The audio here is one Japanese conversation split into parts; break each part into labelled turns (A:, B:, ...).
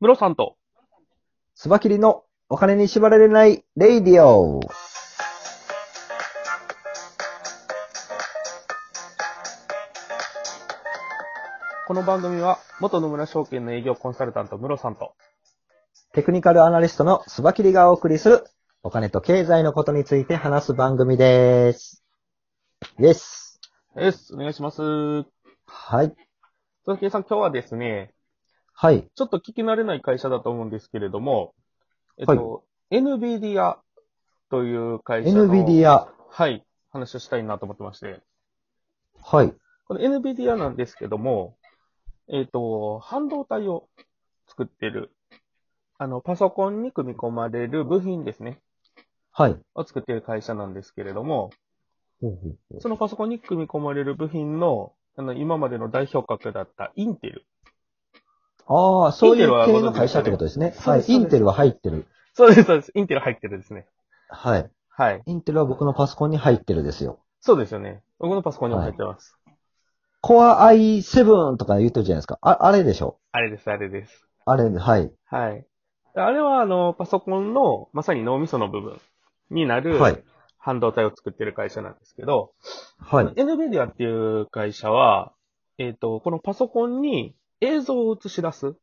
A: ムロさんと。
B: スバキリのお金に縛られないレイディオ。
A: この番組は、元野村証券の営業コンサルタント、ムロさんと。
B: テクニカルアナリストのスバキリがお送りするお金と経済のことについて話す番組です。イエス。
A: です。お願いします。佐
B: はい。
A: 々木さん、今日はですね、
B: はい。
A: ちょっと聞き慣れない会社だと思うんですけれども、えっと、NVIDIA という会社の、
B: NVIDIA。
A: はい、話をしたいなと思ってまして。
B: はい。
A: この NVIDIA なんですけども、えっ、と、半導体を作ってる、あの、パソコンに組み込まれる部品ですね、
B: はい。
A: を作ってる会社なんですけれども、
B: ほうほうほう
A: そのパソコンに組み込まれる部品の、あの、今までの代表格だったインテル。
B: ああ、そうい
A: インテルは
B: う
A: ご存
B: 系の
A: 知で
B: 会
A: すよね
B: 社ってことですね。
A: そう
B: は
A: で
B: い。
A: す
B: インテルは入ってる。
A: そうです、そうです。インテル入ってるですね。
B: はい。
A: はい。
B: インテルは僕のパソコンに入ってるですよ。
A: そうですよね。僕のパソコンにも入ってます。
B: Core i7 とか言ってるじゃないですか。あ、あれでしょ
A: あれです、あれです。
B: あれ、はい。
A: はい。であれは、あの、パソコンの、まさに脳みその部分になる、
B: はい。
A: 半導体を作ってる会社なんですけど、
B: はい。
A: NVIDIA っていう会社は、えっ、と、このパソコンに映像を映し出す、
B: う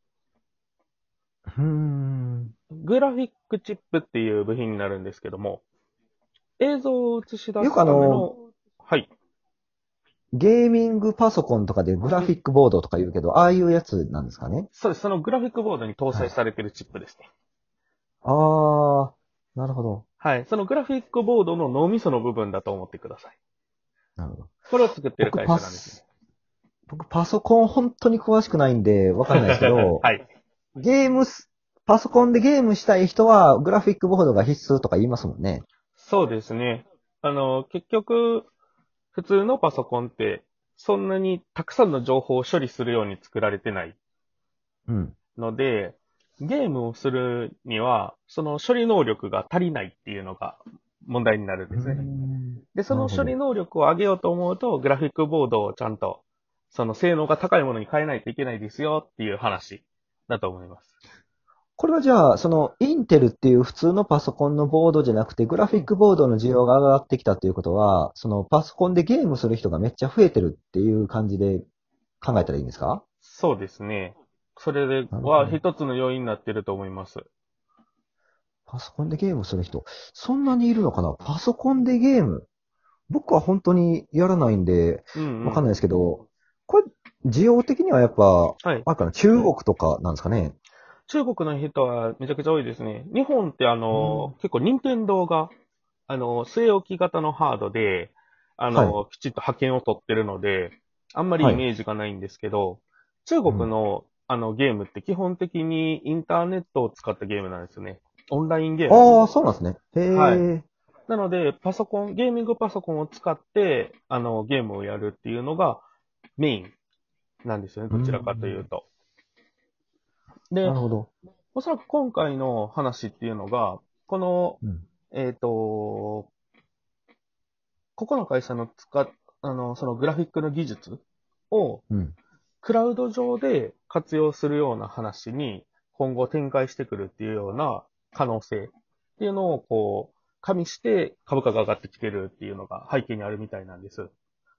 B: ーん。
A: グラフィックチップっていう部品になるんですけども、映像を映し出すための、
B: よくあの
A: はい。
B: ゲーミングパソコンとかでグラフィックボードとか言うけど、ああいうやつなんですかね
A: そうです。そのグラフィックボードに搭載されてるチップですね。
B: ああ、なるほど。
A: はい。そのグラフィックボードの脳みその部分だと思ってください。
B: なるほど。
A: これを作ってる会社なんですね。
B: 僕パソコン本当に詳しくないんでわかんないですけど、
A: はい。
B: ゲームす、パソコンでゲームしたい人はグラフィックボードが必須とか言いますもんね。
A: そうですね。あの、結局、普通のパソコンって、そんなにたくさんの情報を処理するように作られてない
B: うん。
A: ので、ゲームをするには、その処理能力が足りないっていうのが問題になるんですね。で、その処理能力を上げようと思うと、グラフィックボードをちゃんと、その性能が高いものに変えないといけないですよっていう話だと思います。
B: これはじゃあ、その、インテルっていう普通のパソコンのボードじゃなくて、グラフィックボードの需要が上がってきたということは、その、パソコンでゲームする人がめっちゃ増えてるっていう感じで考えたらいいんですか
A: そうですね。それ
B: なるほ
A: は
B: ど
A: 一つの要因になってると思います。
B: パソコンでゲームする人、そんなにいるのかなパソコンでゲーム僕は本当にやらないんで、
A: うん、うん。
B: わかんないですけど、これ、需要的にはやっぱ、
A: はい。
B: あれかな、中国とかなんですかね
A: 中国の人はめちゃくちゃ多いですね。日本ってあの、結構任天堂が、あの、据え置き型のハードで、あの、きちっと派遣を取ってるので、あんまり
B: はい
A: イメージがないんですけど、中国の、あの、ゲームって基本的にインターネットを使ったゲームなんですよね。オンラインゲーム。
B: ああ、そうなんですね。へえ、
A: はいなので、パソコン、ゲーミングパソコンを使って、あの、ゲームをやるっていうのがメインなんですよね。どちらかというと。で
B: なる、ほど。
A: おそらく今回の話っていうのが、この、
B: うん
A: えっ、と、ここの会社の使っ、あの、そのグラフィックの技術を
B: うん。
A: クラウド上で活用するような話に今後展開してくるっていうような可能性っていうのをこう、加味して株価が上がってきてるっていうのが背景にあるみたいなんです。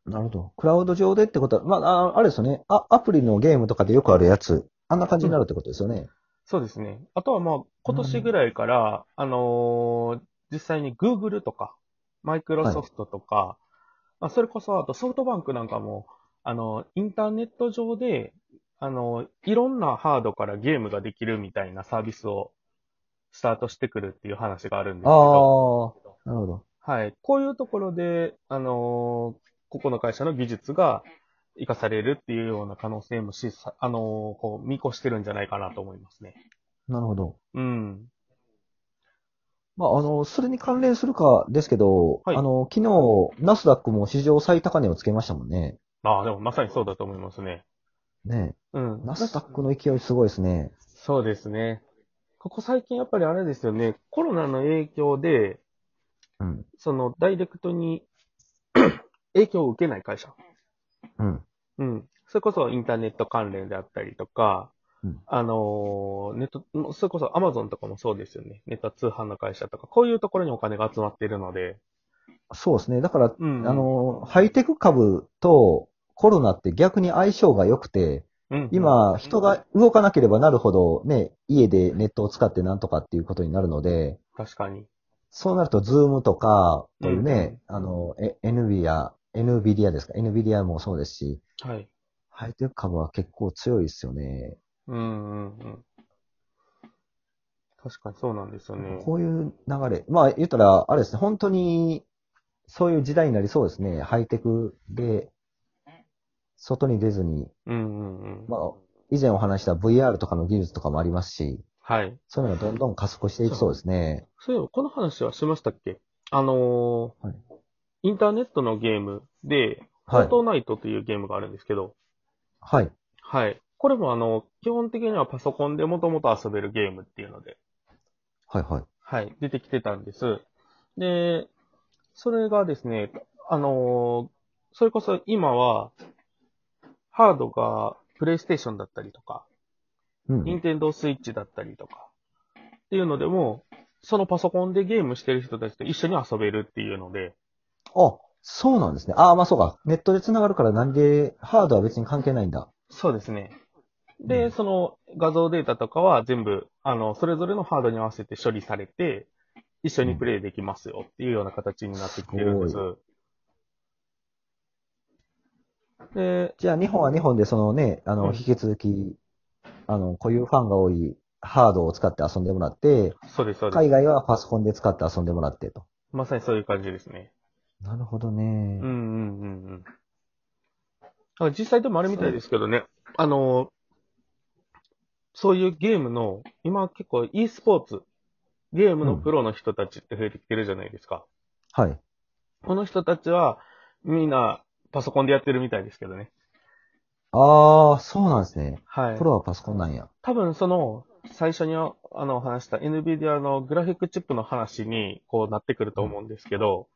B: なるほど。クラウド上でってことは、まあ、ああれですよね。あ、アプリのゲームとかでよくあるやつ。あんな感じになるってことですよね。
A: そうですね。あとはまあ、今年ぐらいから、あのー実際に Google とか、Microsoft とか、まあ、それこそあとソフトバンクなんかも、あのーインターネット上で、あのーいろんなハードからゲームができるみたいなサービスをスタートしてくるっていう話があるんですけ
B: ああ
A: ど、、
B: なるほど。
A: はい。こういうところで、あのーここの会社の技術が活かされるっていうような可能性もし、あのーこう、見越してるんじゃないかなと思いますね。
B: なるほど。
A: うん。
B: まあ、あの、それに関連するかですけど、
A: はい
B: あの、昨日、ナスダックも史上最高値をつけましたもんね。
A: ああ、でもまさにそうだと思いますね。
B: ね
A: うん。
B: ナスダックの勢いすごいですね。
A: そうですね。ここ最近やっぱりあれですよね、コロナの影響で、
B: うん。
A: そのダイレクト に影響を受けない会社。
B: うん。
A: うん。それこそインターネット関連であったりとか、
B: うん
A: あのーネット、もうそれこそ Amazon とかもそうですよね。ネット通販の会社とか、こういうところにお金が集まっているので。
B: そうですね。だから、
A: うん。
B: あ、の、ハイテク株とコロナって逆に相性が良くて、
A: うん、
B: 今、人が動かなければなるほど、ね、家でネットを使ってなんとかっていうことになるので、
A: 確かに。
B: そうなると、ズームとか、というね、あの、え NVIDIA、NVIDIA ですか ?NVIDIA もそうですし、
A: はい。
B: ハイテク株は結構強いですよね。
A: うんうんうん。確かにそうなんですよね。
B: こういう流れ。まあ、言ったら、あれですね、本当に、そういう時代になりそうですね。ハイテクで、外に出ずに、
A: うんうんうん。
B: まあ、以前お話しした VR とかの技術とかもありますし、
A: はい。
B: そういうのがどんどん加速していきそうですね。
A: そういえば、この話はしましたっけあのー
B: はい
A: インターネットのゲームで、フォ
B: は
A: ー
B: い。
A: トナイトというゲームがあるんですけど、
B: はい。
A: はい。これもあの、基本的にはパソコンでもともと遊べるゲームっていうので、
B: はい、はい。
A: はい、出てきてたんです。で、それがですね、あのーそれこそ今は、ハードがプレイステーションだったりとか、
B: う
A: 任
B: ん。
A: 天堂スイッチだったりとか、っていうのでも、そのパソコンでゲームしてる人たちと一緒に遊べるっていうので、
B: あ、そうなんですね。ああ、まあそうか。ネットで繋がるからなんで、ハードは別に関係ないんだ。
A: そうですね。
B: う
A: で、
B: ん
A: その画像データとかは全部、あの、それぞれのハードに合わせて処理されて、一緒にプレイできますよっていうような形になってきてるんです
B: す。
A: で、
B: じゃあ、日本は日本で、そのね、あの、
A: うん
B: 引き続き、あの、固有ファンが多いハードを使って遊んでもらって、
A: そうです、そうで
B: 海
A: す。
B: 外はパソコンで使って遊んでもらってと。
A: まさにそういう感じですね。
B: なるほど
A: う
B: ね。
A: んうんうんうん。だから実際でもあれみたいですけどね、あの、そういうゲームの、今結構 e スポーツ、ゲームのプロの人たちって増えてきてるじゃないですか。
B: はい。
A: この人たちは、みんな、パソコンでやってるみたいですけどね。
B: ああ、そうなんですね。
A: はい
B: プ。ロはパソコンなんや。
A: 多分、その、最初にああの、話した NVIDIA のグラフィックチップの話に、こうなってくると思うんですけど、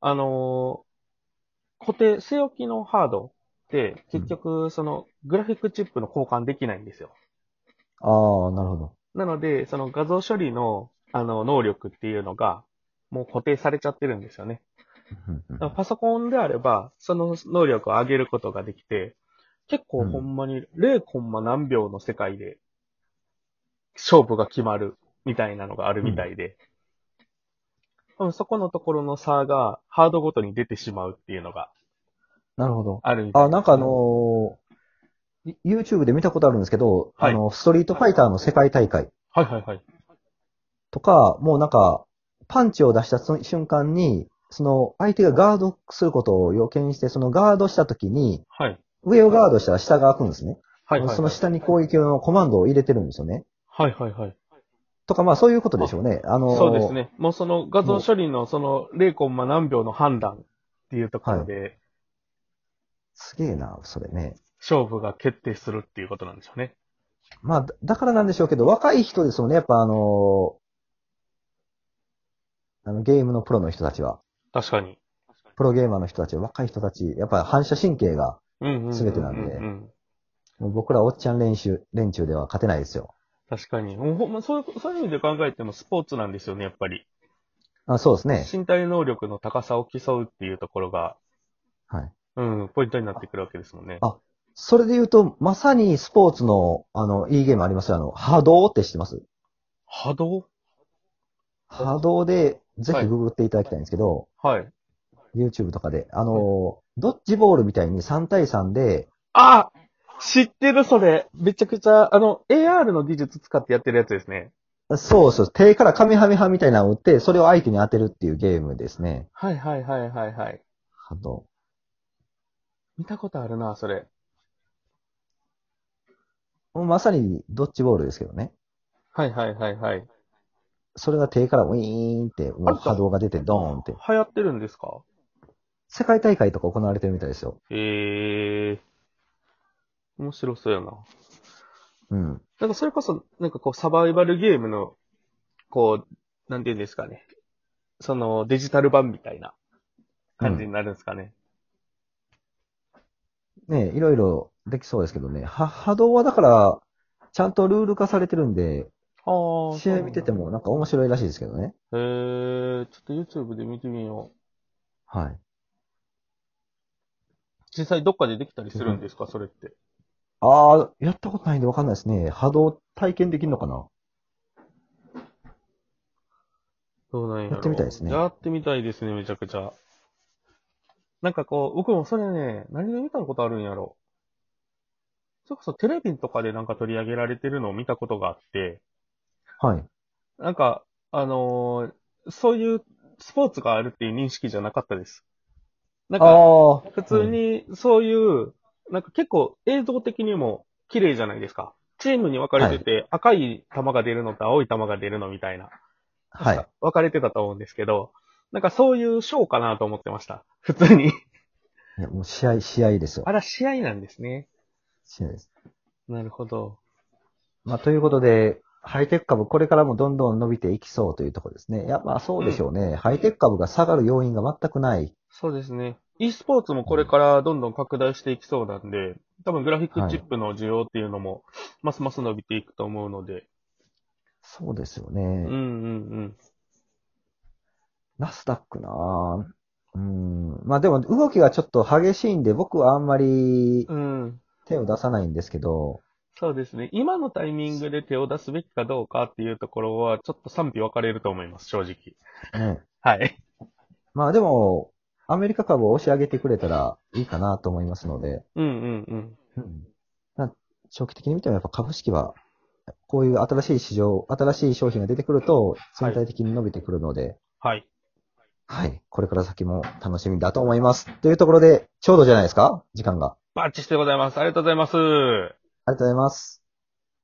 A: あのー固定、据え置きのハードって、結局、その、グラフィックチップの交換できないんですよ。
B: ああ、なるほど。
A: なので、その画像処理の、あの、能力っていうのが、もう固定されちゃってるんですよね。
B: うんう
A: だ
B: ん
A: からパソコンであれば、その能力を上げることができて、結構ほんまに0コンマ何秒の世界で、勝負が決まるみたいなのがあるみたいで、多分そこのところの差がハードごとに出てしまうっていうのが
B: なるほど。
A: あるみたい
B: あ、なんかあのー、い YouTube で見たことあるんですけど、
A: はい
B: あの、ストリートファイターの世界大会
A: はいはいはい。
B: とか、もうなんか、パンチを出したその瞬間に、その、相手がガードすることを予見して、そのガードした時に、
A: はい。
B: 上をガードしたら下が開くんですね。
A: はいはいはい。
B: その下に攻撃のコマンドを入れてるんですよね。
A: はいはいはい。
B: とか、まあそういうことでしょうね。あのー
A: そうですね。もうその画像処理のその0コンマ何秒の判断っていうところで、
B: すげえな、それね。
A: 勝負が決定するっていうことなんでしょうね。
B: まあ、だだからなんでしょうけど、若い人ですもんね、やっぱあのーあの、ゲームのプロの人たちは。
A: 確かに。
B: プロゲーマーの人たち、若い人たち、やっぱり反射神経が、
A: うんうん。
B: 全てなんで
A: うんうん
B: もう僕らおっちゃん練習、連中では勝てないですよ。
A: 確かに。もうほんまそういう、そういう意味で考えてもスポーツなんですよね、やっぱり。
B: あそうですね。
A: 身体能力の高さを競うっていうところが、
B: はい。
A: うん、ポイントになってくるわけですもんね。
B: あそれで言うと、まさにスポーツの、あの、いいゲームありますよ。あの、波動って知ってます
A: 波動
B: 波動で、ぜ
A: はい
B: ひググっていただきたいんですけど、
A: はい。
B: YouTube とかで、あの、ドッジボールみたいに3対3で、
A: あ知ってる、それ。めちゃくちゃ、あの、AR の技術使ってやってるやつですね。
B: そうそう、手からカミハミハみたいなのを打って、それを相手に当てるっていうゲームですね。
A: はいはいはいはいはい。
B: 波動。
A: 見たことあるな、それ。
B: もうまさにドッジボールですけどね。
A: はいはいはいはい。
B: それが手からウィーンって、もう波動が出てドーンって。
A: 流行ってるんですか
B: 世界大会とか行われてるみたいですよ。
A: へえー。面白そうやな。
B: うん。
A: なんかそれこそ、なんかこう、サバイバルゲームの、こう、なんていうんですかね。その、デジタル版みたいな感じになるんですかね。
B: ねいろいろできそうですけどね。は波動はだから、ちゃんとルール化されてるんで、
A: あー
B: 試合見てて。もなんか面白いらしいですけどね。
A: そうなんだへえ、ちょっと YouTube で見てみよう。
B: はい。
A: 実際どっかでできたりするんですか、それって。
B: ああ、やったことないんでわかんないですね。波動体験できるのかな
A: どうなんやろ
B: やってみたいですね
A: やってみたいですね、めちゃくちゃ。なんかこう、僕もそれね、何で見たことあるんやろ。それこそテレビとかでなんか取り上げられてるのを見たことがあって、
B: はい。
A: なんか、あのーそういうスポーツがあるっていう認識じゃなかったです。なんか、
B: ああ、
A: 普通にそういう、なんか結構映像的にも綺麗じゃないですか。チームに分かれてて、赤い球が出るのと青い球が出るのみたいな。
B: はい。はい。
A: 分かれてたと思うんですけど、なんかそういうショーかなと思ってました。普通に。
B: いや、もう試合、試合ですよ
A: あ。ら、試合なんですね。
B: 試合です。
A: なるほど。
B: まあ、ということで、ハイテク株、これからもどんどん伸びていきそうというところですね。いや、まあそうでしょうね。ハイテク株が下がる要因が全くない。
A: そうですね。e スポーツもこれからどんどん拡大していきそうなんで、多分グラフィックチップの需要っていうのも、ますます伸びていくと思うので。
B: そうですよ
A: う
B: ね
A: んう。ん
B: ナスダックなぁうん。まあでも動きがちょっと激しいんで、僕はあんまり
A: うん。うん。
B: 手を出さないんですけど、
A: そうですね。今のタイミングで手を出すべきかどうかっていうところは、ちょっと賛否分かれると思います、正直。
B: ね。
A: はい。
B: まあでも、アメリカ株を押し上げてくれたらいいかなと思いますので、
A: うんうんうん。
B: うん。な長期的に見てもやっぱ株式は、こういう新しい市場、新しい商品が出てくると、全体的に伸びてくるので、
A: はい。
B: はい。これから先も楽しみだと思います。というところで、ちょうどじゃないですか時間が。
A: バッチしてございます。ありがとうございます。
B: ありがとうございます。